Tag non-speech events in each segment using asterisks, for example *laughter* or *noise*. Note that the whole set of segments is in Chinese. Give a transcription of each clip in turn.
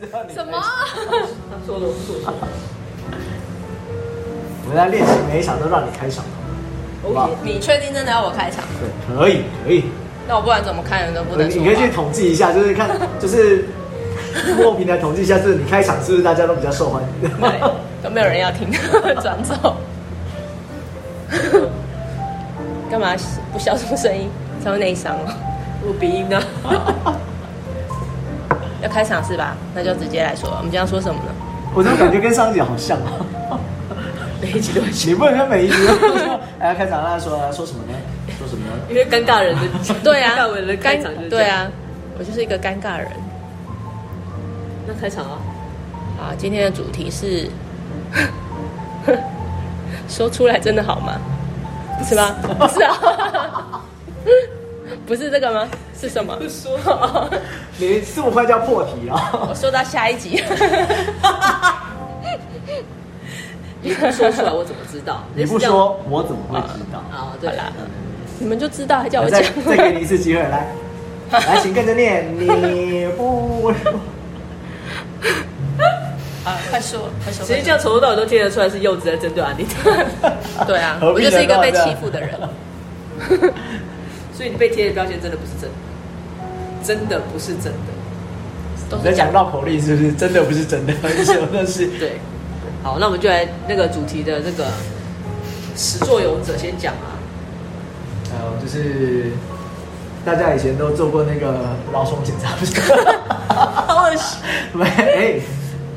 知道你什么？他做了做错，我们来练习每一场都让你开场，好不好？你确定真的要我开场？对，可以可以，那我不然怎么看人都不能说你话。可以去统计一下，就是看 *laughs* 就是莫平台统计一下，就是你开场是不是大家都比较受欢迎？ *laughs* 对，都没有人要听， *laughs* 转走。干嘛不消出声音？才会内伤哦。我鼻音呢？ *laughs* 要开场是吧？那就直接来说了。我们今天要说什么呢？*laughs* *laughs* 我怎么感觉跟上一集好像啊？每一集都会你不能跟每一集都说，哎，开场那说说什么呢？说什么呢？因为尴尬人的对啊，尴尬人的开场就是这对样，啊，我就是一个尴尬人那开场 *laughs* 啊，啊。今天的主题是，说出来真的好吗？是吧？不是啊，不是这个吗？是什么？不说你这么快就要破题啊？ *laughs* 我说到下一集。你不说出来我怎么知道？你不说，我怎么会知道？啊，对好啦，你们就知道，还叫我我讲再。再给你一次机会， *laughs* 来，来，请跟着念，你不说。啊，快说，快说其实这样从头到尾都听得出来是柚子在针对安妮 *laughs* 塔，对啊， *laughs* 何我必就是一个被呢欺负的人。所以你被贴的标签真的不是真的，真的不是真的。都你在是讲讲绕口令是不是？真的不是真的， *laughs* 什么都是。对，好，那我们就来那个主题的这个始作俑者先讲啊。还有呃就是，大家以前都做过那个劳松检查，不 *laughs* 是？好恶心。喂，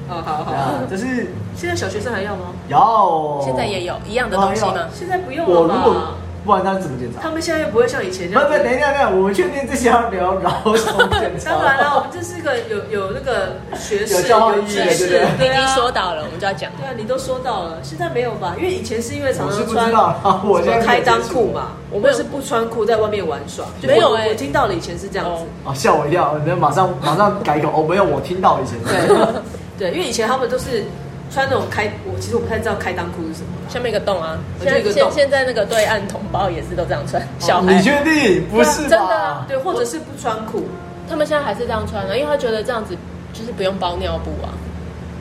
哦，好好哎啊好，。就是现在小学生还要吗？要现在也有一样的东西吗？现在不用哦我了如果吧？不啊然他怎么检查？他们现在又不会像以前不那样。不，等一下，等一下，我们确定这些要聊劳松检查。当然了，我们这是一个有有那个学士有教化意义的知识对不你对已经啊，说到了，我们就要讲。对啊，你都说到了，现在没有吧？因为以前是因为常我是常不知道 *laughs* 穿啊我什现在么没有开裆裤嘛，我我没有们是不穿裤在外面玩耍。就没有我欸我听到了以前是这样子哦。哦，吓我一跳！你马上马上改口哦，没有，我听到以前对，对，因为以前他们都是穿那种开，我其实我不太知道开裆裤是什么。下面一个洞啊，我现就在一个洞现现在那个对岸同胞也是都这样穿，小你孩确定不是对吧？啊真的啊对，或者是不穿裤，哦他们现在还是这样穿的，啊因为他觉得这样子就是不用包尿布啊，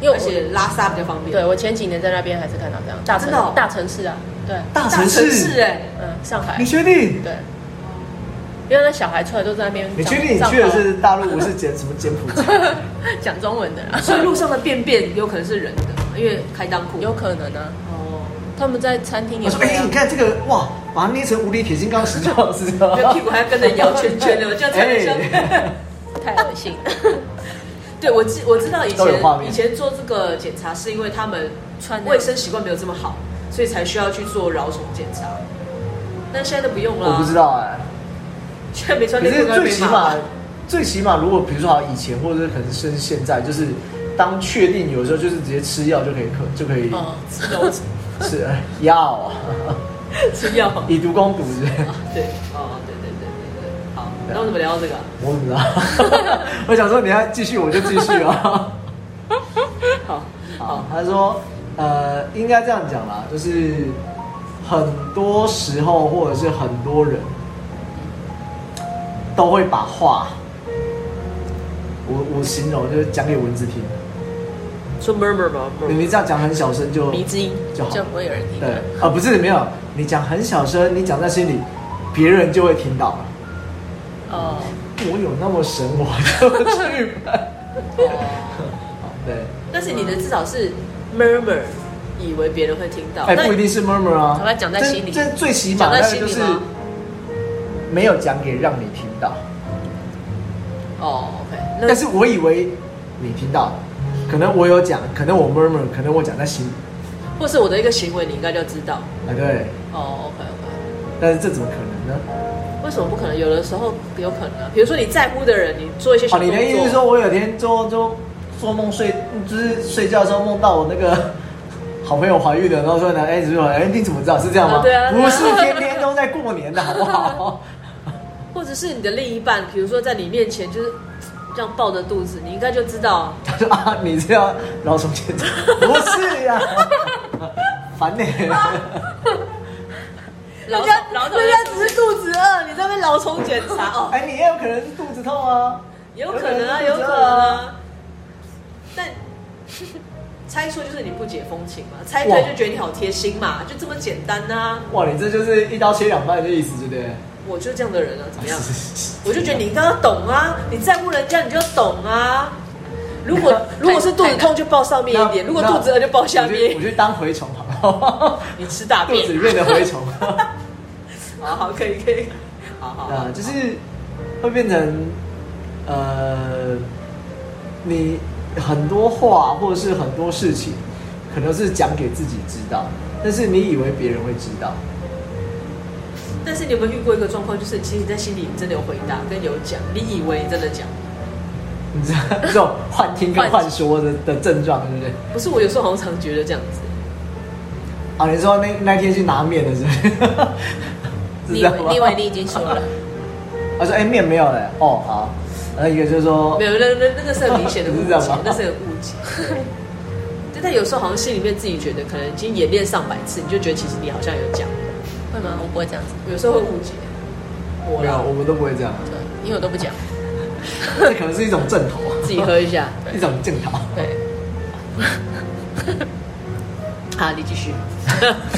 因为而且我拉撒比较方便。对我前几年在那边还是看到这样，大城真的哦大城市啊，对，大大城城市市，哎，嗯，上海你确定？对，因为那小孩出来都在那边你讲确定你脏去的话是大陆，不是柬什么柬埔寨？讲中文的啊啦，所以路上的便便有可能是人的，因为开裆裤。有可能啊，哦，他们在餐厅也我说：“会哎、啊你，看这个哇，把它捏成无敌铁金刚石头，是吧那屁股还跟着摇圈 *laughs* 圈的，这样才能像。哎太恶心了，对，我知我知道以都有画前面以前做这个检查是因为他们穿那卫生习惯没有这么好，所以才需要去做蛲虫检查。但现在都不用了，啊我不知，道哎、 *laughs* 现在没穿可内裤是应该最被起骂码，最起码，如果比如说好以前，或者是可能是现在，就是当确定有时候就是直接吃药就可以克就可以哦，吃哎药啊， *laughs* 吃药。以毒攻毒是不是。对，哦，对对对对对，好，对啊那我怎么聊到这个啊？ *laughs* 我怎么知道？我想说你要继续，我就继续啊。好，好好，，他说，呃，应该这样讲啦，就是很多时候或者是很多人都会把话，我我形容就是讲给蚊子听，说 murmur 吧你，murmur，你这样讲很小声就迷之音就好就不会有人听对，啊、不是没有，你讲很小声，你讲在心里，别人就会听到了。哦，我有那么神，我就 *laughs* 去吧。好 *laughs* 对，但是你的至少是 murmur，以为别人会听到，哎、那不一定是 murmur 啊，把它讲在心里这这最起码讲在那心就里是吗？没有讲给让你听到，哦，OK，那但是我以为你听到，可能我有讲，可能我 murmur，可能我讲在心里，或是我的一个行为，你应该就知道。啊对，哦，OK OK，但是这怎么可能呢？为什么不可能？有的时候有可能啊，比如说你在乎的人，你做一些小哦，动你作，的意思是说我有天做做做梦睡，就是睡觉的时候梦到我那个 *laughs* 好朋友怀孕了，然后说呢，哎，你说哎，你怎么知道是这样吗？啊对啊对啊不是天天都在过年的好不好？或者是你的另一半，比如说在你面前就是这样抱着肚子，你应该就知道。他说啊，你这样老什么检 *laughs* 查？不是呀、烦呢、老人家老总人家只是肚子饿，你在那边劳虫检查哦，哎，你也有可能是肚子痛啊， *laughs* 有可能啊，有有可能是肚可子饿能啊。但猜错就是你不解风情嘛，猜对哇就觉得你好贴心嘛，就这么简单呐、哇，你这就是一刀切两半的意思，对不对？我就这样的人啊， *laughs* 怎么样？我我就觉得你应该要懂啊，你在乎人家你就要懂啊。如 *laughs* 果如果是肚子痛就抱上面一点，如果肚子饿就抱下我去面我。去当蛔虫好不 *laughs* 好？你吃大肚子里便，面的蛔 *laughs* 虫，好哦好可以可以，好好好啊，就是会变成呃，你很多话或者是很多事情，可能是讲给自己知道，但是你以为别人会知道，但是你有没有遇过一个状况，就是其实你在心里真的有回答跟有讲，你以为你真的讲，你知道这种幻听跟幻说的的症状，对不对？不是我有时候好像常觉得这样子，啊，你说那那天去拿面的是不是？是你以这样为吗你以为你已经说 *laughs* 了，他说：“哎、面没有了。”哦，好。然后一个就是说没，有那那那个是很明显的误是这解样吗，那是很误解。 *laughs* 对，但有时候好像心里面自己觉得可能已经演练上百次，你就觉得其实你好像有讲，会吗？我不会这样子，有时候会误解。我没有啦，，我们都不会这样。对，因为我都不讲，这可能是一种正头，自己喝一下。一种正头。对，好，你继续。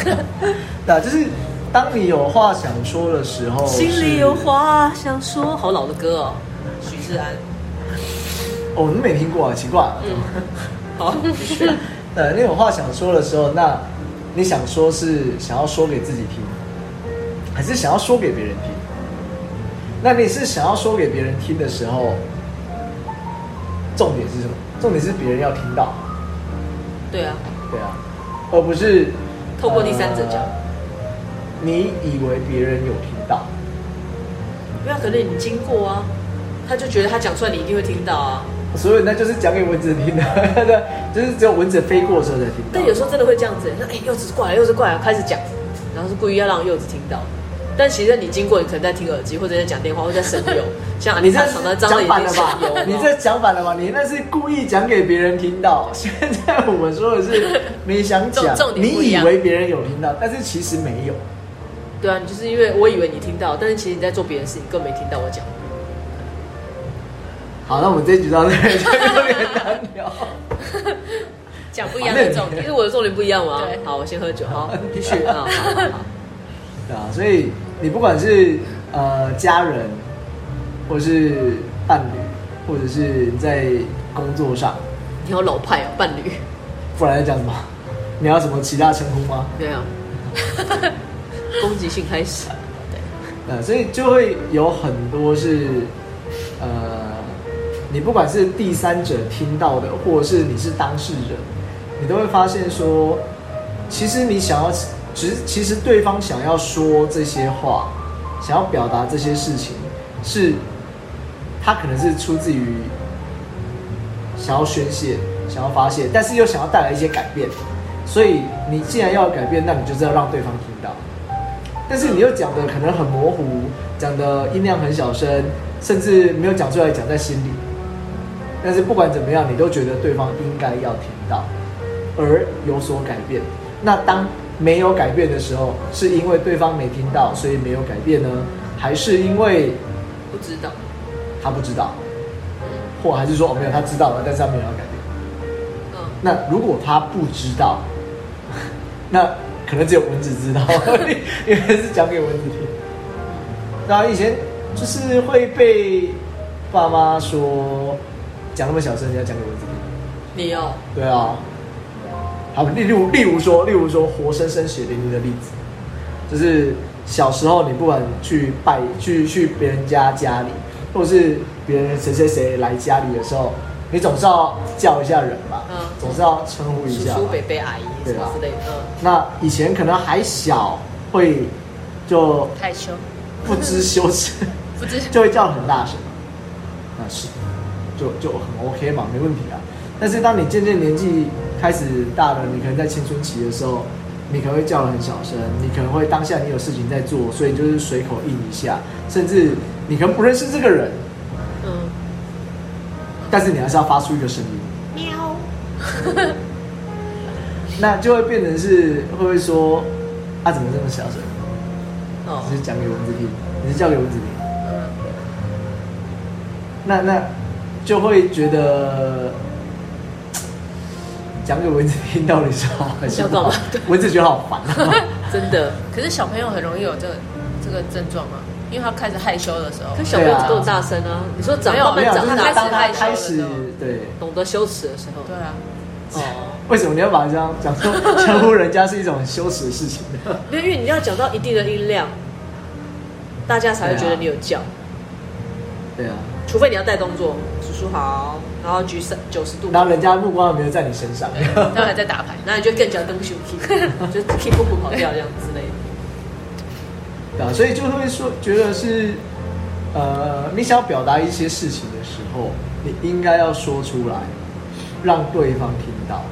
对啊，就是当你有话想说的时候，心里哦是有话想说，好老的歌哦，许志安。哦，你没听过啊，奇怪、啊。嗯， *laughs* 好，继续。对，呃你有话想说的时候，那你想说是想要说给自己听，还是想要说给别人听？那你是想要说给别人听的时候，重点是什么？重点是别人要听到。对啊，对啊，而不是透过第三者讲呃你以为别人有听到，因为可能你经过啊，他就觉得他讲出来你一定会听到啊。所以那就是讲给蚊子听的， *laughs* 对，就是只有蚊子飞过的时候才听到。但有时候真的会这样子，说哎、柚子过来，柚子过来，开始讲，然后是故意要让柚子听到。但其实你经过，你可能在听耳机，或者在讲电话，或者在省油。像你啊你这这常常张着讲反眼了睛省吧 *laughs* 油，？你这讲反了吧？你那是故意讲给别人听到。 *laughs* 现在我们说的是你想讲重重，点不你一以样为别人有听到，但是其实没有。对啊，你就是因为我以为你听到，但是其实你在做别的事，你根本没听到 *laughs* 我讲。好，那我们这一局到这里，这个有点难聊。讲不一样的重因为点，我的重点不一样嘛对。好，我先喝酒，好， *laughs* 继续啊。好好好对啊，所以你不管是呃家人，或是伴侣，或者是你在工作上，你好老派哦，伴侣不然要讲什么？你要什么其他称呼吗？没 *laughs* 有，攻击性开始。呃，所以就会有很多是呃，你不管是第三者听到的，或者是你是当事人，你都会发现说，其实你想要，其实其实对方想要说这些话，想要表达这些事情，是他可能是出自于想要宣泄、想要发泄，但是又想要带来一些改变。所以你既然要改变，那你就是要让对方听到。但是你又讲的可能很模糊，讲的音量很小声，甚至没有讲出来，讲在心里。但是不管怎么样，你都觉得对方应该要听到，而有所改变。那当没有改变的时候，是因为对方没听到，所以没有改变呢，还是因为不知道，他不知道，或还是说哦没有他知道了，但是他没有要改变？嗯，那如果他不知道， *laughs* 那可能只有蚊子知道， *laughs* 因为是讲给蚊子听。然后以前就是会被爸妈说讲那么小声，你要讲给蚊子听。你哦，对啊，好，例如例如说，例如说活生生血淋淋的例子，就是小时候你不管去拜去去别人家家里，或是别人谁谁谁来家里的时候，你总是要叫一下人吧，嗯总是要称呼一叔下吧叔、伯伯、阿姨什对啊么之类的，嗯，那以前可能还小，会就害羞，不 *laughs* 知羞耻，不知就会叫得很大声。那是，就就很 OK 嘛，没问题啊。但是当你渐渐年纪开始大了，你可能在青春期的时候，你可能会叫得很小声，你可能会当下你有事情在做，所以就是随口应一下，甚至你可能不认识这个人，嗯，但是你还是要发出一个声音，喵，那就会变成是会不会说，他、怎么这么小声？哦，你是讲给蚊子听，你是叫给蚊子听，嗯那那就会觉得讲给蚊子听到底是好还是不要干好嘛？蚊子觉得好烦啊！ *laughs* 真的。可是小朋友很容易有这个这个症状嘛，因为他开始害羞的时候可，小朋友不够大声啊！你说长没有慢没有，慢就长是他大，当他开始开害羞始的时候对，懂得羞耻的时候，对啊，哦，为什么你要把这样讲说称呼人家是一种很羞耻的事情 *laughs* 呢？没有，因为你要讲到一定的音量，大家才会觉得你有叫。对啊，除非你要带动作，叔叔好，然后举三九十度，然后人家目光有没有在你身上？ *laughs* 他还在打 *laughs* 牌。那你就更加更羞耻， *laughs* 就 keep 不跑掉这样之类的。对啊，所以就会说，觉得是，呃，你想要表达一些事情的时候，你应该要说出来，让对方听到。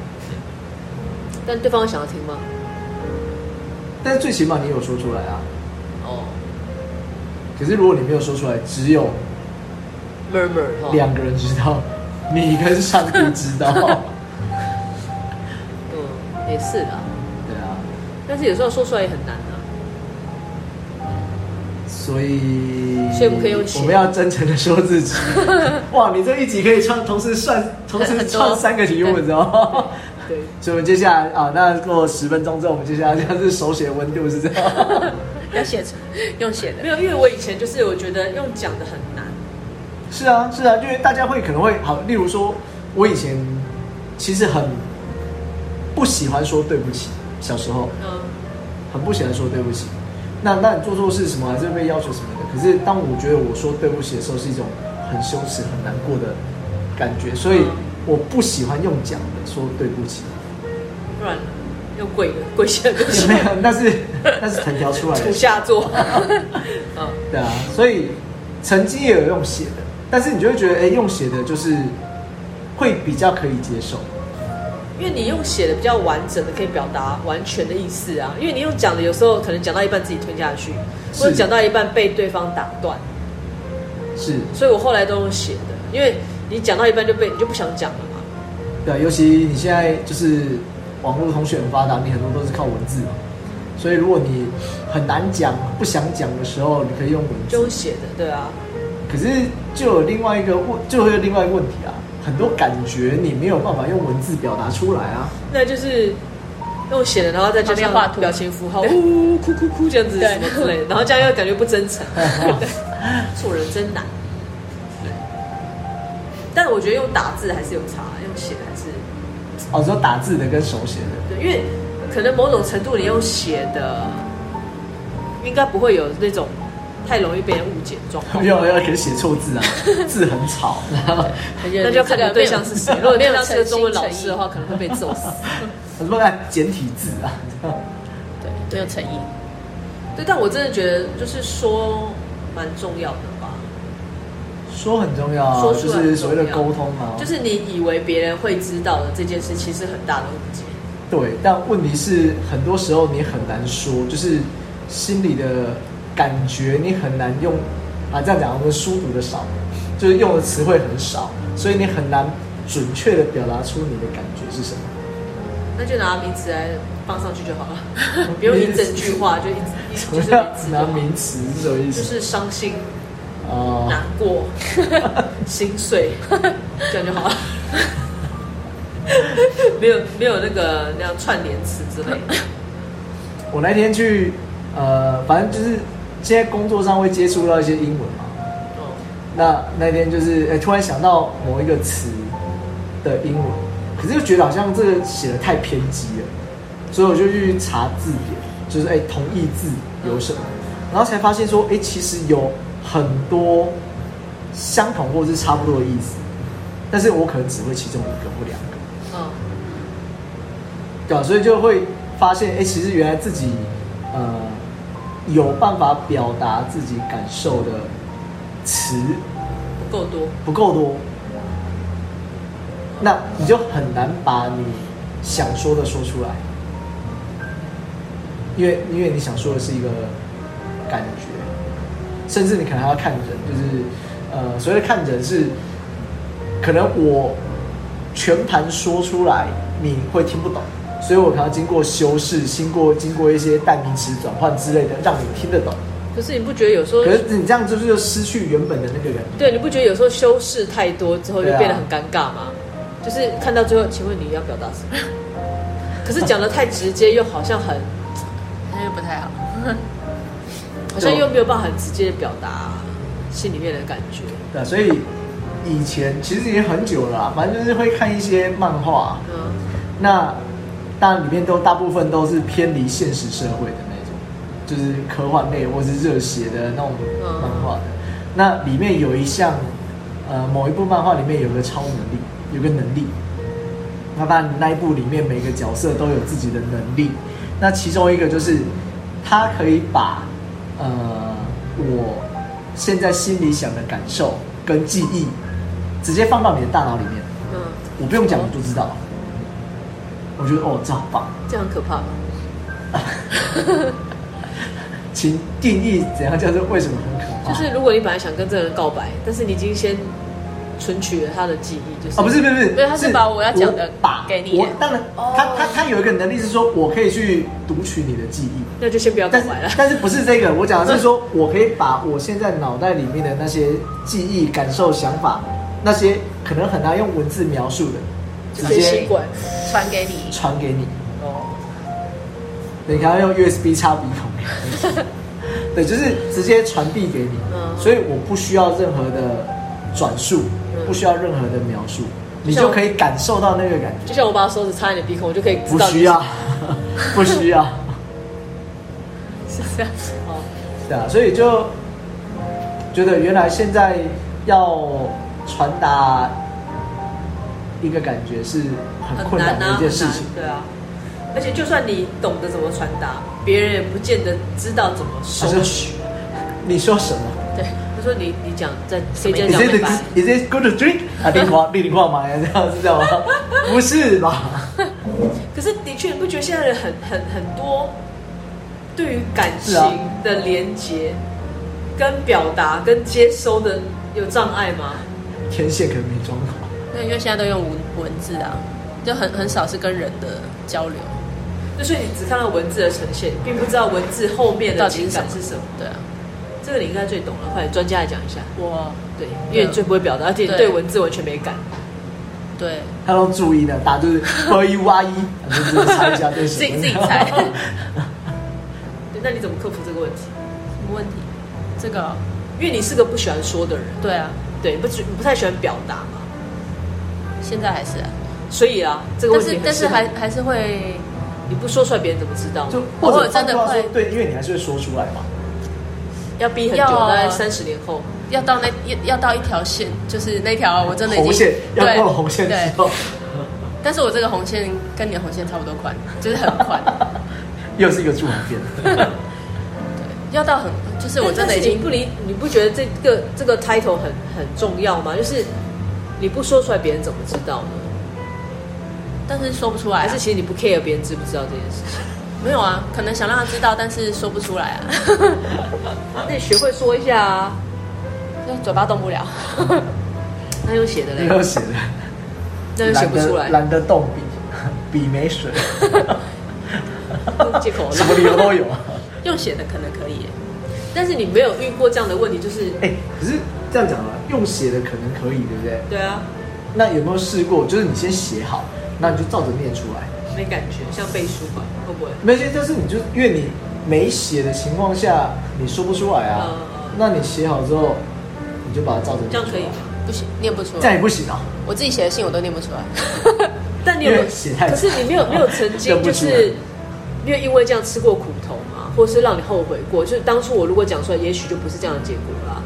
但对方会想要听吗？但是最起码你有说出来啊。哦可是如果你没有说出来，只有，murmur 哈，两个人知道，你跟上帝知 *laughs* 道。嗯，也是啦。对啊，但是有时候说出来也很难啊。所以所以我们可以用写我们要真诚的说自 *laughs* 己。哇，你这一集可以创，同时算，同时很多创三个题目，你知道吗？对，所以我们接下来啊，那过十分钟之后，我们接下来就是手写温度是这 *laughs* 样。要写成 *laughs* 用写的没，有，因为我以前就是我觉得用讲的很难。是啊，是啊，因为大家会可能会好，例如说，我以前其实很不喜欢说对不起，小时候嗯，很不喜欢说对不起。那那你做错事什么还是被要求什么的，可是当我觉得我说对不起的时候，是一种很羞耻、很难过的感觉，所以嗯我不喜欢用讲的说对不起。不然用跪的跪下跪没有下，， *laughs* 那是那是藤条出来 *laughs* 土的。下座。 *laughs* 嗯。对啊，所以成绩也有用写的，但是你就会觉得，哎、用写的就是会比较可以接受。因为你用写的比较完整的，可以表达完全的意思啊。因为你用讲的，有时候可能讲到一半自己吞下去，是或者讲到一半被对方打断，是，所以我后来都用写的，因为你讲到一半就被你就不想讲了嘛。对啊，尤其你现在就是网络通讯很发达，你很多都是靠文字嘛，所以如果你很难讲、不想讲的时候，你可以用文就字用。写的，对啊，可是就有另外一个问，就会有另外一个问题啊，很多感觉你没有办法用文字表达出来啊。那就是用写的，然后再加旁边画上图表情符号，呜哭哭哭这样子对什么之类的，然后这样又感觉不真诚，对做人真难。但我觉得用打字还是有差，用写的还是。哦，说打字的跟手写的，对，因为可能某种程度你用写的，应该不会有那种太容易被人误解的状 *laughs* 况没。有，要可以写错字 *laughs* 啊，字很吵，然后那就要看你的对象是谁。如果对象是个中文老师的话，话，可能会被揍死。 *laughs* 什么来简体字啊，对，没有诚意。对，但我真的觉得就是说蛮重要的吧，说很重要啊，说就出来很是所谓的重要沟通啊，就是你以为别人会知道的这件事，其实很大的误解。对，但问题是，很多时候你很难说，就是心里的感觉，你很难用啊。这样讲，我们书读的少，就是用的词汇很少，所以你很难准确的表达出你的感觉是什么。那就拿名词来放上去就好 *laughs* 了，不用一整句话，就一一就是什么名叫词就 *laughs* 拿好，名词是什么意就思？是伤心、哦难过、心碎， *laughs* 这样就 *laughs* 好了。没有没有那个那样串联词之类 *laughs* 的，我那天去，呃，反正就是现在工作上会接触到一些英文嘛，哦，那那天就是哎、突然想到某一个词的英文，可是又觉得好像这个写的太偏激了，所以我就去查字典，就是哎、同义字有什么，然后才发现说哎、其实有很多相同或是差不多的意思，但是我可能只会其中一个或两个，嗯，对吧、所以就会发现哎、其实原来自己呃有办法表达自己感受的词不够多，不够多，那你就很难把你想说的说出来，因为因为你想说的是一个感觉，甚至你可能还要看人，就是呃，所谓的看人是，可能我全盘说出来你会听不懂，所以我可能要经过修饰，经过经过一些代名词转换之类的，让你听得懂。可是你不觉得有时候可是你这样就是就失去原本的那个人。对，你不觉得有时候修饰太多之后就对啊变得很尴尬吗？就是看到最后，请问你要表达什么？ *laughs* 可是讲的太直接，又好像很，那就不太好。好像又没有办法很直接的表达心里面的感觉。对啊，所以以前其实已经很久了啦，反正就是会看一些漫画，嗯，那当然里面都大呃部分都是偏离现实社会的那种，就是科幻类或是热血的那种呃漫画的。那里面有一项，呃，某一部漫画里面有个超能力，有个能力。那当然那一部里面每个角色都有自己的能力，那其中一个就是他可以把呃我现在心里想的感受跟记忆直接放到你的大脑里面，嗯，我不用讲你就知道。我觉得哦，这好棒，这样很可怕吗？请定义怎样叫做为什么很可怕？就是如果你本来想跟这个人告白，但是你已经先存取了他的记忆，就是哦，不是不是不是，对他是把我要讲的我把给你我当然，哦他他他有一个能力是说我可以去读取你的记忆，那就先不要告但是白了。 *laughs* 但是不是这个？我讲的是说，我可以把我现在脑袋里面的那些记忆、感受、想法，那些可能很难用文字描述的，就 *laughs* 直是接吸管，传给你， *laughs* 传给你。哦，你刚刚用 USB 插鼻 *laughs* 孔，对，就是直接传递给你，嗯所以我不需要任何的转述，嗯不需要任何的描述，你像就可以感受到那个感觉。就像我把手指插你的鼻孔，我就可以知不道你需要， *laughs* 不需要，是这样子。哦，对啊，所以就觉得原来现在要传达一个感觉是很很困难难的啊，一很件事难情。，对啊。而且就算你懂得怎么传达，别人也不见得知道怎么收好像取。你说什么？对，他说你你讲在谁么家意思你讲这明个白？你这 go to drink 啊，零花零花嘛， *laughs* 这样是这样吗？不是吧？可是的确，你不觉得现在人很很很多对于感情是啊的连接、跟表达、跟接收的有障碍吗？天线可能没装好。对，因为现在都用文文字啊，就很很少是跟人的交流，就是你只看到文字的呈现，并不知道文字后面的到底情是什感么？是什么。对啊，这个你应该最懂了，快点专家来讲一下。我对，因为你最不会表达，而且你对对文字完全没感。对他都注意的，打就是和一哇一，就是猜一下对自什己么。自己猜。对，那你怎么克服这个问题？什么问题？这个哦、因为你是个不喜欢说的人，对啊，对，你不喜你不太喜欢表达嘛，现在还是、啊，所以啊，这个但问题是很但是适合还还是会，你不说出来，别人怎么知道？ *laughs* 就就或偶尔者真的换句话说会对，因为你还是会说出来嘛。要逼很久，要啊大概三十年后，要到那要要到一条线，就是那条啊我真的已经红线要对过了红线之对，后，但是我这个红线跟你的红线差不多宽， *laughs* 就是很宽，又是一个住航片。 *laughs* 要到很就是我真的已但是你经不理，你不觉得这个这个 title 很很重要吗？就是你不说出来，别人怎么知道呢？但是说不出来、啊，还是其实你不 care 别人知不知道这件事情？没有啊，可能想让他知道，但是说不出来啊，啊那你学会说一下啊， *laughs* 就嘴巴动不了。那用写的你 *laughs* 嘞又，写了，那又写不出懒得，来懒得动笔，笔 *laughs* 没水，借口什么理由 *laughs* 都有。 *laughs* 用写的可能可以耶，但是你没有遇过这样的问题，就是哎，可是这样讲啊，用写的可能可以，对不对？对啊，那有没有试过？就是你先写好，那你就照着念出来。没感觉，像背书吧，会不会？没些，但是你就因为你没写的情况下，你说不出来啊。嗯嗯那你写好之后，你就把它照着念这样可以出来吗？不行，念不出这样来。也不行啊。 *laughs* 我自己写的信我都念不出来，但你有没有因为血太可是你没有没有曾 *laughs* 经忍不就住是没有因为这样吃过苦头吗？或是让你后悔过？就是当初我如果讲出来，也许就不是这样的结果啊啦。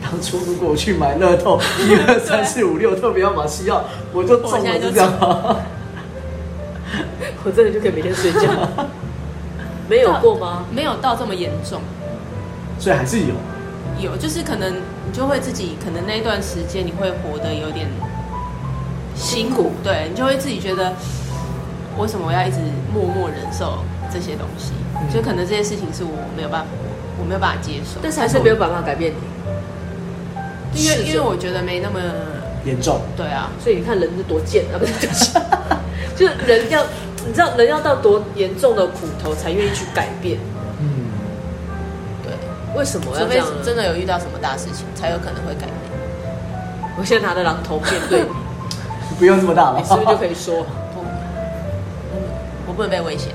当初如果我去买乐透，一二三四五六，特别要买西药，我就中我现了，在是就这样啊吗？ *laughs* 我真的就可以每天睡觉， *laughs* 没有过吗？ *laughs* 没有到这么严重。 *laughs* 所以还是有，有，就是可能你就会自己，可能那段时间你会活得有点辛苦，对你就会自己觉得，为什么我要一直默默忍受这些东西？嗯就可能这些事情是我没有办法，我没有办法接受。但是还是没有办法改变你，因为试着因为我觉得没那么严重。对啊，所以你看人是多贱 *laughs* 啊！不是，对不起就是人要你知道人要到多严重的苦头才愿意去改变，嗯，对，为什么除要这非样是呢？真的有遇到什么大事情，才有可能会改变。我现在拿着榔 *laughs* 头面对你，不用这么大了，你是不是 *laughs* 就可以说？不，嗯我不能被威胁，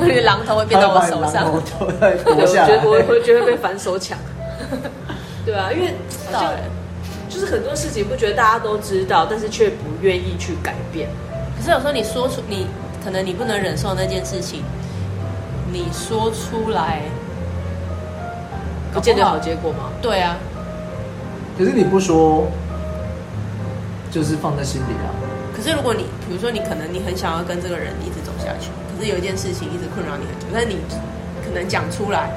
因为榔头会变到我手上。我都在对，夺 *laughs* 我下觉来得。我我觉得被反手 *laughs* 抢，对啊，因为好像到人就是很多事情不觉得大家都知道，但是却不愿意去改变。可是有时候你说出你可能你不能忍受那件事情，你说出来，不见得有好结果吗？对啊，可是你不说，就是放在心里啊。可是如果你，比如说你可能你很想要跟这个人一直走下去，可是有一件事情一直困扰你很久，但是你可能讲出来，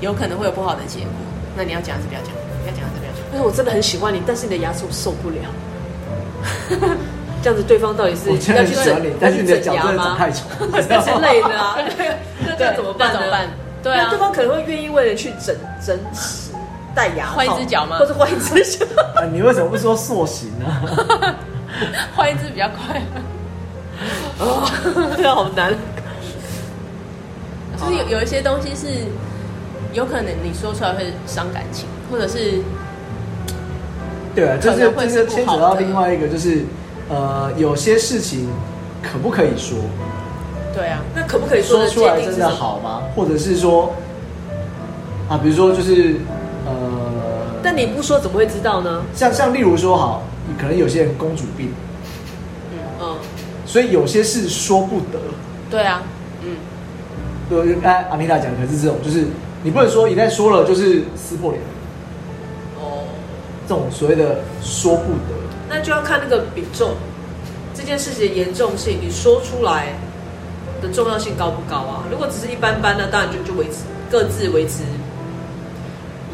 有可能会有不好的结果。那你要讲还是不要讲？你要讲还是不要讲？但是我真的很喜欢你，但是你的牙齿我受不了。 *laughs* 这样子对方到底是我真的很要去喜欢整你，但是你的要去脚整牙真的长吗？太丑， *laughs* 之类的啊，那这样怎么那办呢？怎么办？对啊那对，方可能会愿意为了去整整齿、戴牙套换一只脚吗或者换一只 *laughs* 脚？ *laughs* 啊你为什么不说塑形呢？ *laughs* 换一只比较快。哦，这样好难。 *laughs* 就是有有一些东西是有可能你说出来会伤感情，或者是对啊，就可是能会这是就不牵扯好到的另外一个，就是呃，有些事情可不可以说？对啊，那可不可以说说的出界来定真是什的么？好吗？或者是说啊，比如说就是呃，但你不说怎么会知道呢？像像例如说好，可能有些人公主病，嗯，所以有些事说不得。对啊，嗯，对，刚才阿米达讲的可能是这种，就是你不能说一旦说了就是撕破脸，哦，这种所谓的说不得。那就要看那个比重，这件事情的严重性，你说出来的重要性高不高啊？如果只是一般般，那当然就就维持各自维持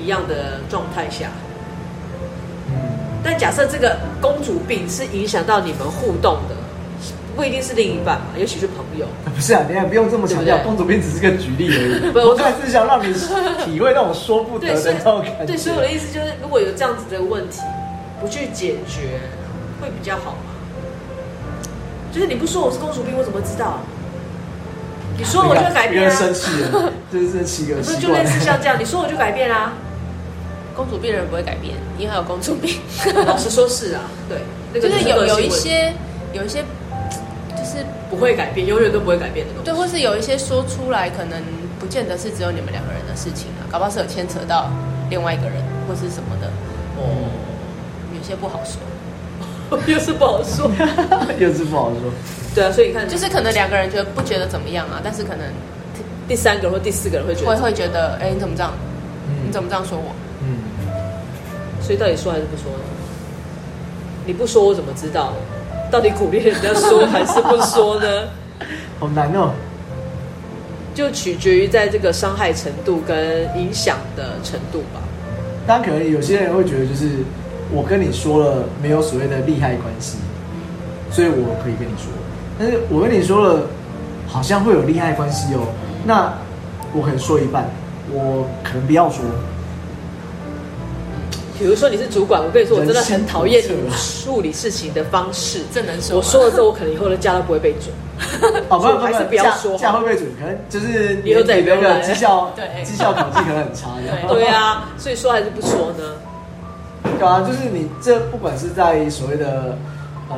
一样的状态下。嗯，但假设这个公主病是影响到你们互动的，不一定是另一半嘛，也许是朋友。 *laughs* 不是啊，你也不用这么强调，对不对公主病只是个举例而已。 *laughs* 不我我只是想让你体会那种说不得对，所的那种以感对，觉。所以我的意思就是，如果有这样子的问题，不去解决，会比较好吗？就是你不说我是公主病，我怎么会知道？你说我就会改别变人啊！生气 *laughs* 了，就是这七个不是习就类惯。似像这样，你说我就改变 *laughs* 啊啦、公主病的人不会改变，因为还有公主 *laughs* 病，老实说，是啊，对，那就个是个有性有问一题些有一些就是不会改变，永远都不会改变的东西。对，或是有一些说出来，可能不见得是只有你们两个人的事情啊，搞不好是有牵扯到另外一个人或是什么的，有些不好说。哦，又是不好说。 *laughs* 又是不好说。对啊，所以你看，就就是是可能两个人觉得不觉得怎么样啊，但是可能第三个人或第四个人会觉会得，会觉得，哎、你怎么这样？你嗯怎么这样说我？嗯，所以到底说还是不说呢？你不说我怎么知道？到底鼓励人家说还是不说呢？好难哦。就取决于在这个伤害程度跟影响的程度吧。当然，可能有些人会觉得，就是我跟你说了，没有所谓的利害关系，所以我可以跟你说。但是我跟你说了，好像会有利害关系哦。那我可能说一半，我可能不要说。比如说你是主管，我跟你说，我真的很讨厌人心你叵处理事情的方式。这能说吗我说了之后，我可能以后的假都不会被 *laughs* 准。哦，不所以不还是不，不要价说价好会不会准？可能就是以后再也不用那来个绩 *laughs* 效，对绩效考绩可能很差这样。对啊，所以说还是不说呢？对啊，就是你这不管是在所谓的呃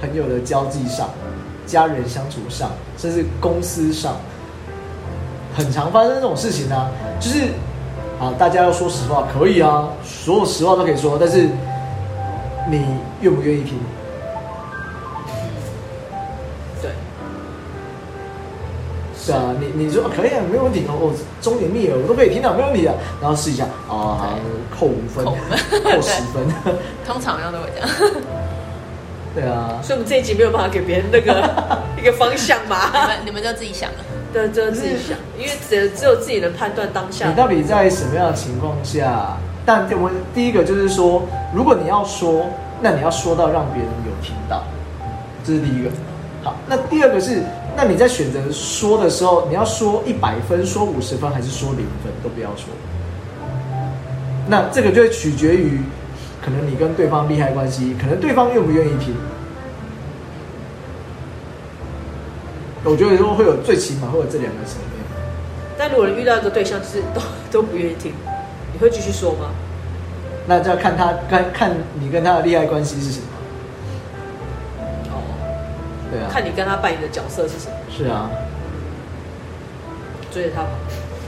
朋友的交际上、家人相处上，甚至公司上，很常发生这种事情啊。就是啊，大家要说实话可以啊，所有实话都可以说，但是你愿不愿意听？对，是啊，你你说、啊可以啊，没有问题哦，我忠言逆耳我都可以听到，没有问题啊。然后试一下啊，好扣五分，扣五分扣十分， *laughs* 通常好啊像都会这样。 *laughs* 对啊。所以我们这一集没有办法给别人 *laughs* 那个一个方向你嘛，们你们就自己想了。 *laughs* 对，只有自己想，因为只只有自己能判断当下你。到底在什么样的情况下？但我第一个就是说，如果你要说，那你要说到让别人有听到，这是第一个。好，那第二个是，那你在选择说的时候，你要说一百分，说五十分，还是说零分都不要说。那这个就会取决于，可能你跟对方利害关系，可能对方愿不愿意听。我觉得说会有最起码会有这两个层面。 *laughs* 但如果你遇到一个对象就是都都不愿意听，你会继续说吗？那就要看他看看你跟他的利害关系是什么，哦，对啊，看你跟他扮演的角色是什么，是啊，追着他跑。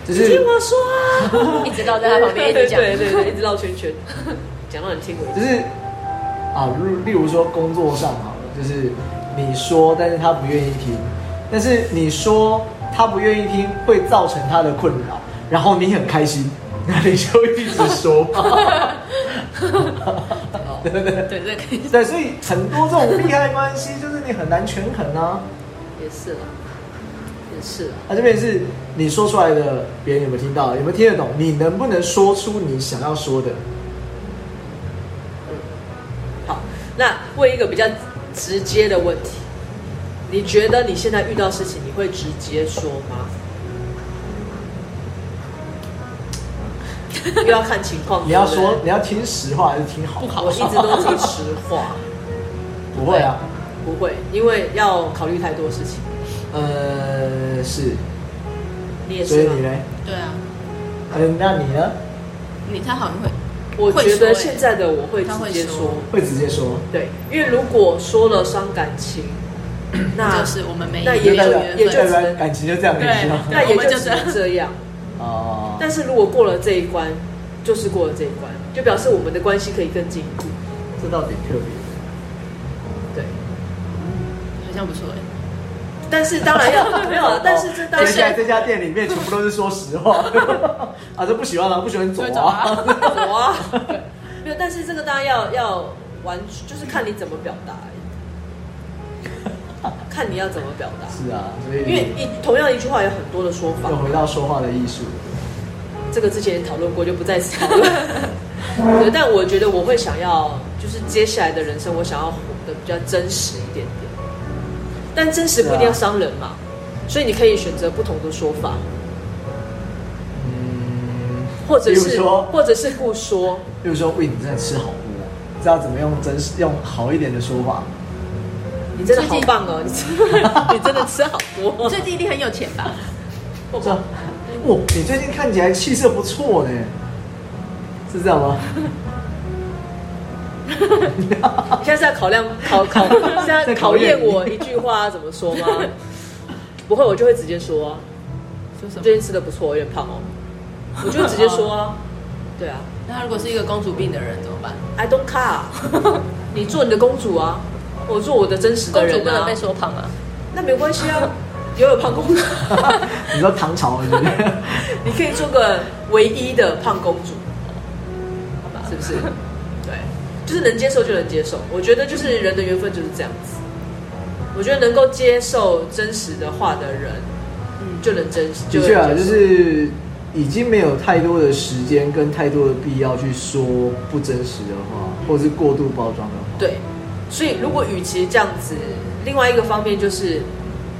就你是听我说啊，一直绕在他旁边一直讲， *laughs* 对对对，一直绕圈圈， *laughs* 讲到你听为就止。是啊，例例如说工作上好了，就是你说，但是他不愿意听，但是你说他不愿意听，会造成他的困扰，然后你很开心，那你就一直说， *laughs* *laughs* 对不对？对，这可以。对，所以很多这种利害关系，就是你很难权衡啊。也是啦，也是啦，那、这边是你说出来的，别人有没有听到？有没有听得懂？你能不能说出你想要说的？哦好，那问一个比较直接的问题，你觉得你现在遇到事情，你会直接说 *laughs* 吗？又要看情况。你要对不对说你要听实话还是听好话？我一直都听实 *laughs* 话，不会啊。不会，因为要考虑太多事情。呃，是，你也所是以吗你呢？对啊，嗯，那你呢？你他好像会，我会觉说欸得现在的我会直接他会说说，会直接说，对，因为如果说了伤感 *clears throat* 情，那就是我们没那有也代有表缘也代就分。只表能感情就这样，你对知道吗？那也我们就就只这样能这样。哦，但是如果过了这一关，就是过了这一关，就表示我们的关系可以更进一步。这倒挺特别对，好像不错哎。但是当然要 *laughs* 没有哦啊的。，但是这当但然是在这家店里面全部都是说实话 *laughs* 啊，这不喜欢了，不喜欢走就走啊啊。有啊，没有，但是这个当然要要完，就是看你怎么表达 *laughs* 而已，看你要怎么表达。 *laughs* 是啊，所以因为一同样一句话有很多的说法又，回到说话的艺术。这个之前也讨论过，就不再次讨论。 *laughs* 对，但我觉得我会想要，就是接下来的人生，我想要活得比较真实一点点。但真实不一定要伤人嘛，所以你可以选择不同的说法，嗯，或者比如是说或者是不说。比如说，喂，你真的吃好多，知道怎么用真实用好一点的说法。你真的好棒哦！你真的 *laughs* 你真的吃好多你，*laughs* 最近一定很有钱吧？我说，哇，你最近看起来气色不错呢，是这样吗？你现在是在考量考 *laughs* 考，现在在考考验验我一句话怎么说吗？不会，我就会直接说、啊，说什最么？近吃的不错，有点胖哦，我就会直接说 *laughs* 啊，对啊。那他如果是一个公主病的人怎么办？ I don't care，你 *laughs* 做你的公主啊，我做我的真实的公主人不能啊被，说胖啊，那没关系啊，也有胖公 *laughs* 主，你说唐朝是不是？你可以做个唯一的胖公主，是不是？对，就是能接受就能接受，我觉得就是人的缘分就是这样子。我觉得能够接受真实的话的人，嗯，就能真实，的能确啊，就接受是已经没有太多的时间跟太多的必要去说不真实的话，或是过度包装的话。对。所以如果与其这样子，另外一个方面就是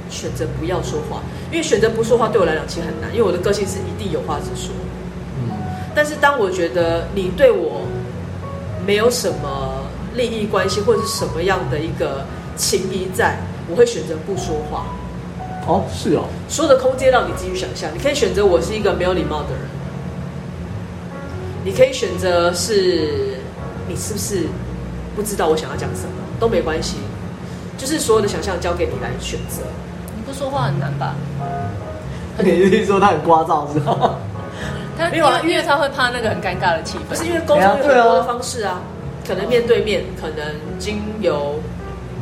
选择不要说话，因为选择不说话对我来讲其实很难，因为我的个性是一定有话直说。嗯，但是当我觉得你对我没有什么利益关系或者是什么样的一个情谊在，我会选择不说话，哦，是哦，说的空间让你自己去想象。你可以选择我是一个没有礼貌的人，你可以选择是你是不是不知道我想要讲什么都没关系，就是所有的想象交给你来选择。你不说话很难吧？你一定说他很聒噪是吧？他因没有啊为因为他会怕那个很尴尬的气不氛，是因为沟通有很多的方式啊，可能面对面，可能经由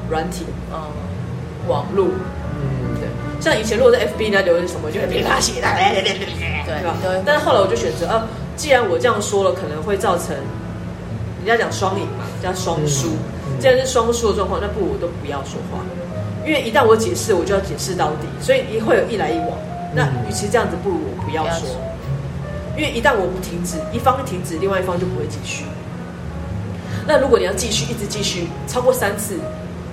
软体、哦嗯，网络。嗯，对，像以前如果在 FB 呢留言什么，就会噼啪起来，对吧？对但是后来我就选择，啊，既然我这样说了，可能会造成人家讲双赢嘛，叫双输。嗯嗯既然是双输的状况，那不如我都不要说话，因为一旦我解释，我就要解释到底，所以一会有一来一往。那嗯与其这样子，不如我不要不要说说，因为一旦我不停止，一方停止，另外一方就不会继续。那如果你要继续，一直继续，超过三次，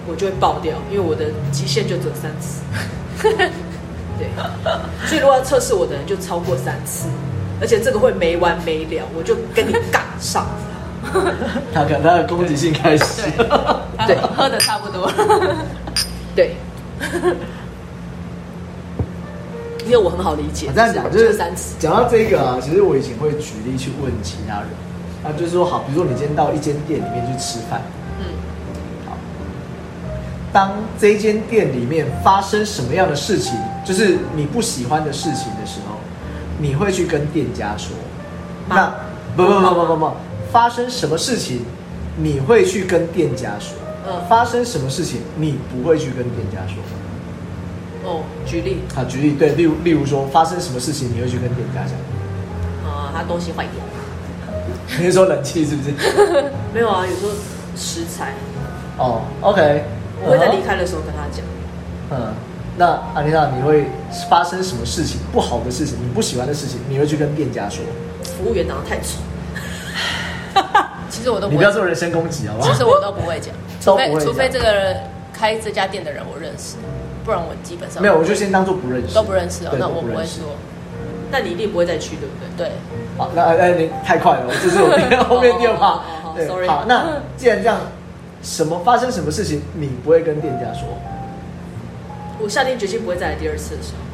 我就会爆掉，因为我的极限就只有三次。 *laughs* 对，所以如果要测试我的人，就超过三次，而且这个会没完没了，我就跟你杠上。 *laughs* 他可能他的攻击性开始。对他对喝的差不 *laughs* 多了。对， *laughs* 因为我很好理解啊我，这样讲就这是三次。讲到这个啊，其实我以前会举例去问其他人，啊，就是说好，比如说你今天到一间店里面去吃饭，嗯，好，当这一间店里面发生什么样的事情，就是你不喜欢的事情的时候，你会去跟店家说。那啊不不不不不不，发生什么事情，你会去跟店家说。嗯发生什么事情你不会去跟店家说？哦，举例，啊，举例对，例如例如说发生什么事情你会去跟店家讲？啊、他东西坏掉， *laughs* 你是说冷气是不是？没有啊，有时候食材，哦，OK，我会在离嗯哼开的时候跟他讲，嗯，那阿丽娜，你会发生什么事情？不好的事情，你不喜欢的事情，你会去跟店家说。服务员长得太丑，其实我都你不不会要，做人身攻击，好不其好？呃实我都不会 *laughs* 讲，除都不会非讲除非这个人开这家店的人我认识，不然我基本上没有，我就先当做不认识，都不认识哦，对那都我不会认识说。但你一定不会再去，对不对？对，好，那哎，你太快了，这是我第后面第二哦趴哦哦。对 sorry 好，那既然这样，什么发生什么事情，你不会跟店家说？我下定决心不会再来第二次的时候。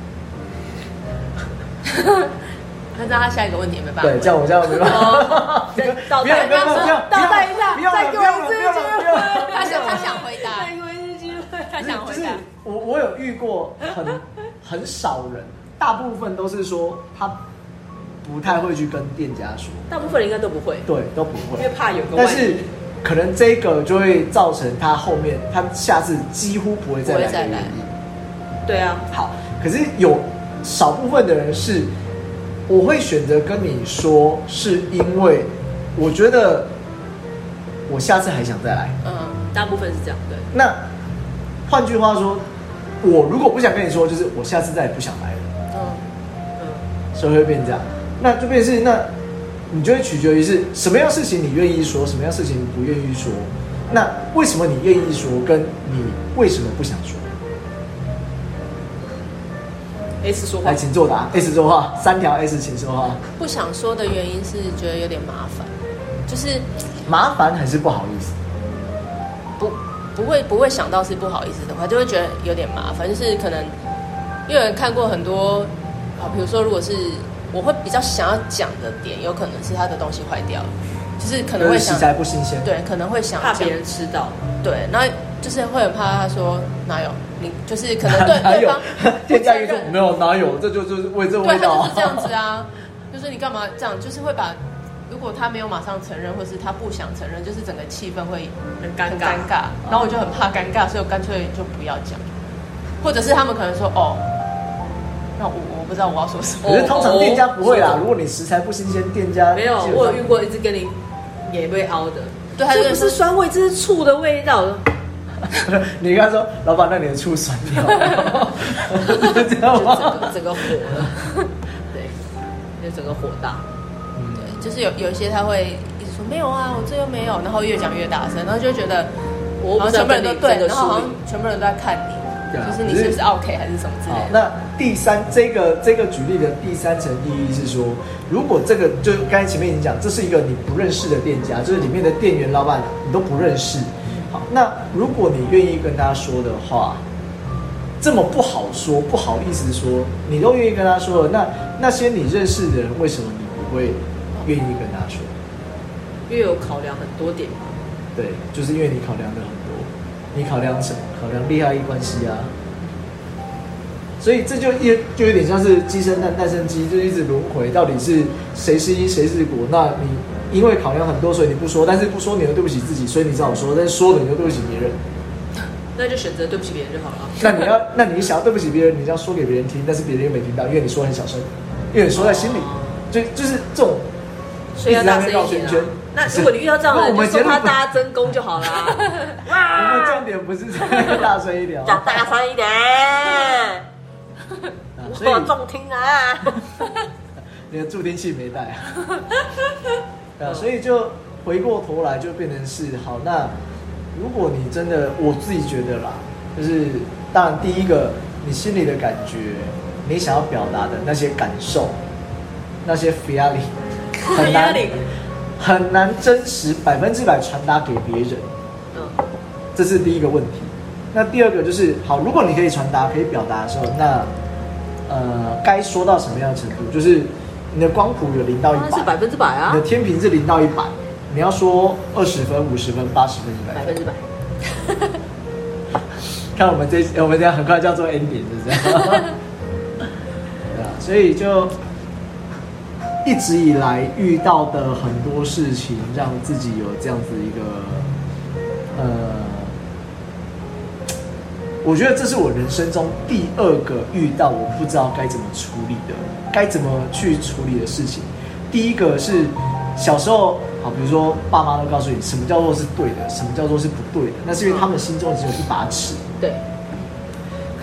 那这样他下一个问题也没办法对，问。这样我这样没办哦法。再 *laughs* 倒不要带不要不要不要，倒带一下不要了再给不我要了一次不要了不要了他想他想回答，给我一次机会。他想就回是答。我我有遇过很 *laughs* 很少人，大部分都是说他不太会去跟店家说，大部分人应该都不会，对，都不因为会。怕有个但万是一。可能这个就会造成他后面他下次几乎不会再来不会再的原来因。对啊，好，可是有少部分的人是，我会选择跟你说，是因为我觉得我下次还想再来。嗯，大部分是这样，对。那换句话说，我如果不想跟你说，就是我下次再也不想来了，嗯，所以会变这样。那就变成是那，你就会取决于是什么样事情你愿意说，什么样事情你不愿意说。那为什么你愿意说，跟你为什么不想说？ S 说话来，，请作答。S 说话，三条 S 请说话。不想说的原因是觉得有点麻烦，就是麻烦还是不好意思？不不会不会想到是不好意思的话，就会觉得有点麻烦，就是可能因为看过很多，好，比如说如果是我会比较想要讲的点，有可能是他的东西坏掉了，就是可能就会是食想材不新鲜。对，可能会想怕讲别人吃到，对，然后就是会很怕他说哪有你，就是可能对 *laughs* 哪对有方不店家承也说认没，有哪有，这就就是为这个对味他道就啊是这样子啊，就是你干嘛这样，就是会把如果他没有马上承认，或是他不想承认，就是整个气氛会很很尴尴尬。尬，然后我就很怕尴尬，所以我干脆就不要讲，或者是他们可能说哦，那我我不知道我要说什么， *laughs* 可是通常店家不会哦啦哦，如果你食材不新鲜，店家没有，基本上我有遇过一直跟你也被凹的，对他就这不说是酸味，这是醋的味 *laughs* 道。你跟他说，老板，那你的醋酸掉 *laughs* 了， *laughs* 知道就整吗个？整个火了， *laughs* 对，就整个火大。嗯对，就是有有一些他会一直说没有啊，我这又没有，然后越讲越大声，然后就会觉得。我好不像全知道部人跟都你对，这个然后好树像立，全部人都在看你，对啊就是你是不是 OK 还是什么之好类，的。那第三这个这个举例的第三层意义是说，如果这个就刚才前面已经讲，这是一个你不认识的店家，就是里面的店员、老板你都不认识。好，那如果你愿意跟他说的话，这么不好说、不好意思说，你都愿意跟他说了，那那些你认识的人，为什么你不会愿意跟他说？因为有考量很多点嘛。对，就是因为你考量的很多，你考量什么？考量利害关系啊。所以这就也就有点像是鸡生蛋，蛋生鸡，就一直轮回。到底是谁是因，谁是果？那你因为考量很多，所以你不说，但是不说你又对不起自己，所以你只好说；但是说了你又对不起别人。那就选择对不起别人就好了。那你要，那你想要对不起别人，你就要说给别人听，但是别人又没听到，因为你说很小声，因为你说在心里，就就是这种 *laughs* 所以要大声绕一点、圈啊圈。。那如果你遇到这样的那人，我就们说节目他本大家真功 *laughs* 就好啦。我们重点不是在 *laughs* 于大声一点讲啊，大声一点，啊所 *laughs* 以我中听啊。你的助听器没带、啊，对啊，所以就回过头来就变成是好。那如果你真的，我自己觉得啦，就是当然第一个，你心里的感觉，你想要表达的那些感受，那些 feeling 很难 *laughs* Feeling 很难真实百分之百传达给别人，嗯，这是第一个问题。那第二个就是，好，如果你可以传达、可以表达的时候，那呃，该说到什么样的程度？就是你的光谱有零到一当然是百百，分之百啊你的，天平是零到一百，你要说二十分、五十分、八十分、一百百分，分之百。看我们这我们这样很快就要做 ending，是不是？对啊，所以就一直以来遇到的很多事情，让自己有这样子一个呃，我觉得这是我人生中第二个遇到我不知道该怎么处理的，该怎么去处理的事情。第一个是小时候，好，比如说爸妈都告诉你什么叫做是对的，什么叫做是不对的，那是因为他们心中只有一把尺。对，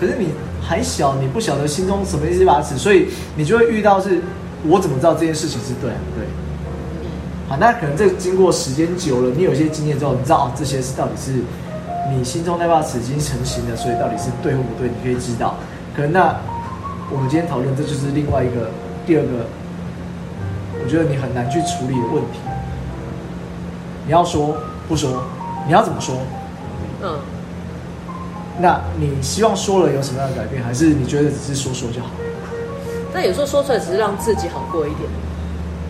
可是你还小，你不晓得心中什么是一把尺，所以你就会遇到是，我怎么知道这件事情是对还不对？好，那可能这经过时间久了，你有一些经验之后，你知道哦，这些是到底是你心中那把尺已经成型了，所以到底是对或不对，你可以知道。可能那我们今天讨论，这就是另外一个第二个，我觉得你很难去处理的问题。你要说不说，你要怎么说？嗯，那你希望说了有什么样的改变，还是你觉得只是说说就好？但有时候说出来只是让自己好过一点。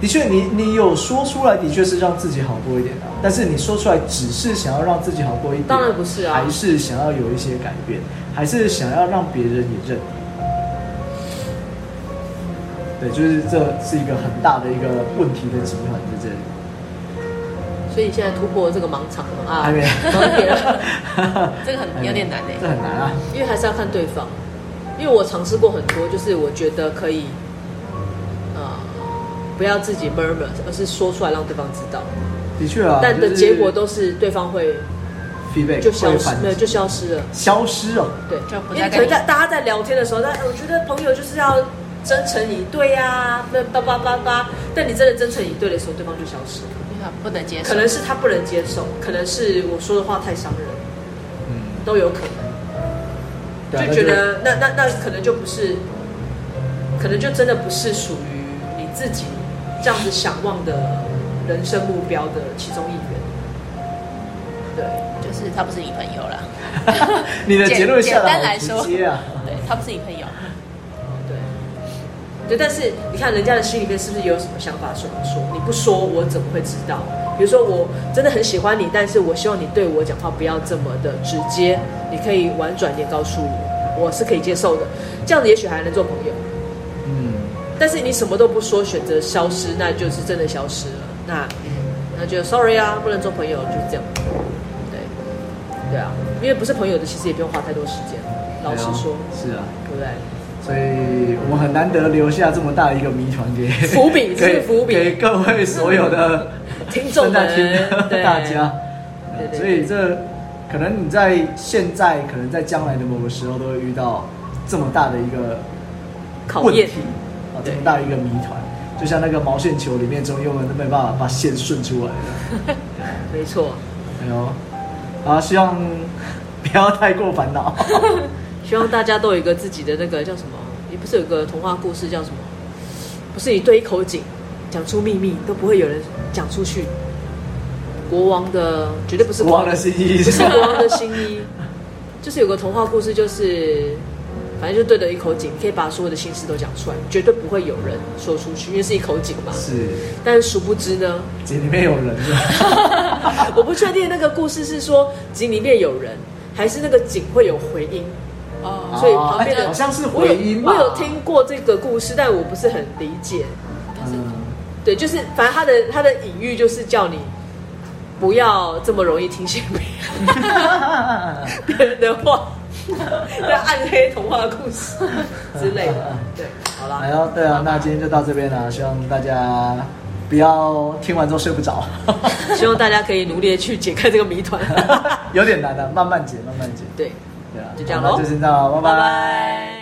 的确，你你有说出来，的确是让自己好过一点的、啊但是你说出来，只是想要让自己好过一点，当然不是啊还是想要有一些改变，还是想要让别人也认同。对，就是这是一个很大的一个问题的集团在这里。所以你现在突破了这个盲场了啊？还 *laughs* 没，盲点了这个很有点难欸 *laughs* 这哎。很难啊。因为还是要看对方。因为我尝试过很多，就是我觉得可以，呃，不要自己 murmur，而是说出来让对方知道。的确啊，但的就是结果都是对方会 feedback 就消会失反，没有就消失了。消失哦。对，就不因再跟为可能你大大家在聊天的时候，但我觉得朋友就是要真诚以对呀、那叭叭叭叭。但你真的真诚以对的时候，对方就消失了。不能接受，可能是他不能接受，可能是我说的话太伤人，嗯，都有可能。对啊就觉得那那那可能就不是，可能就真的不是属于你自己这样子想望的人生目标的其中一员。对，就是他不是你朋友啦。 *laughs* 你的结论下简单来来好说直接啊。对他不是你朋友，对，对，但是你看人家的心里面是不是有什么想法说不说？你不说，我怎么会知道？比如说，我真的很喜欢你，但是我希望你对我讲话不要这么的直接，你可以婉转一点告诉我，我是可以接受的，这样子也许还能做朋友。嗯。但是你什么都不说，选择消失，那就是真的消失了。那那就 sorry 啊，不能做朋友，就是这样。对，对啊，因为不是朋友的，其实也不用花太多时间。老实说，是啊，对不对？所以我们很难得留下这么大一个谜团给 *laughs* 伏笔这是给伏笔给各位所有 *laughs* 的听正众们在听 *laughs* 的对大家。对对对所以这可能你在现在，可能在将来的某个时候都会遇到这么大的一个考问验题，啊，这对么大一个谜团，就像那个毛线球里面总有人都没办法把线顺出来的。没错。哎呦，啊，希望不要太过烦恼。希望大家都有一个自己的那个叫什么？也不是有个童话故事叫什么？不是你对一口井讲出秘密都不会有人讲出去。国王的绝对不是国王的心意不是是吧国王的新衣，就是有个童话故事，就是反正就对着一口井，你可以把所有的心事都讲出来，绝对不会有人说出去，因为是一口井嘛。是，但是殊不知呢，姐里面有人是吧？ *laughs* 我不确定那个故事是说井里面有人，还是那个井会有回音。哦，所以旁边的哎好像是我有回音吧我有听过这个故事，但我不是很理解。嗯。对，就是反正他的他的隐喻就是叫你不要这么容易听信嗯别人的 *laughs* 话，那暗黑童话故事之嗯类的。对，好啦哎，呦，对啊，那今天就到这边啊了，希望大家不要听完之后睡不着， *laughs* 希望大家可以努力的去解开这个谜团。有点难的、慢慢解，慢慢解。对，对啊，就这样咯好那就先这样了，拜拜拜拜。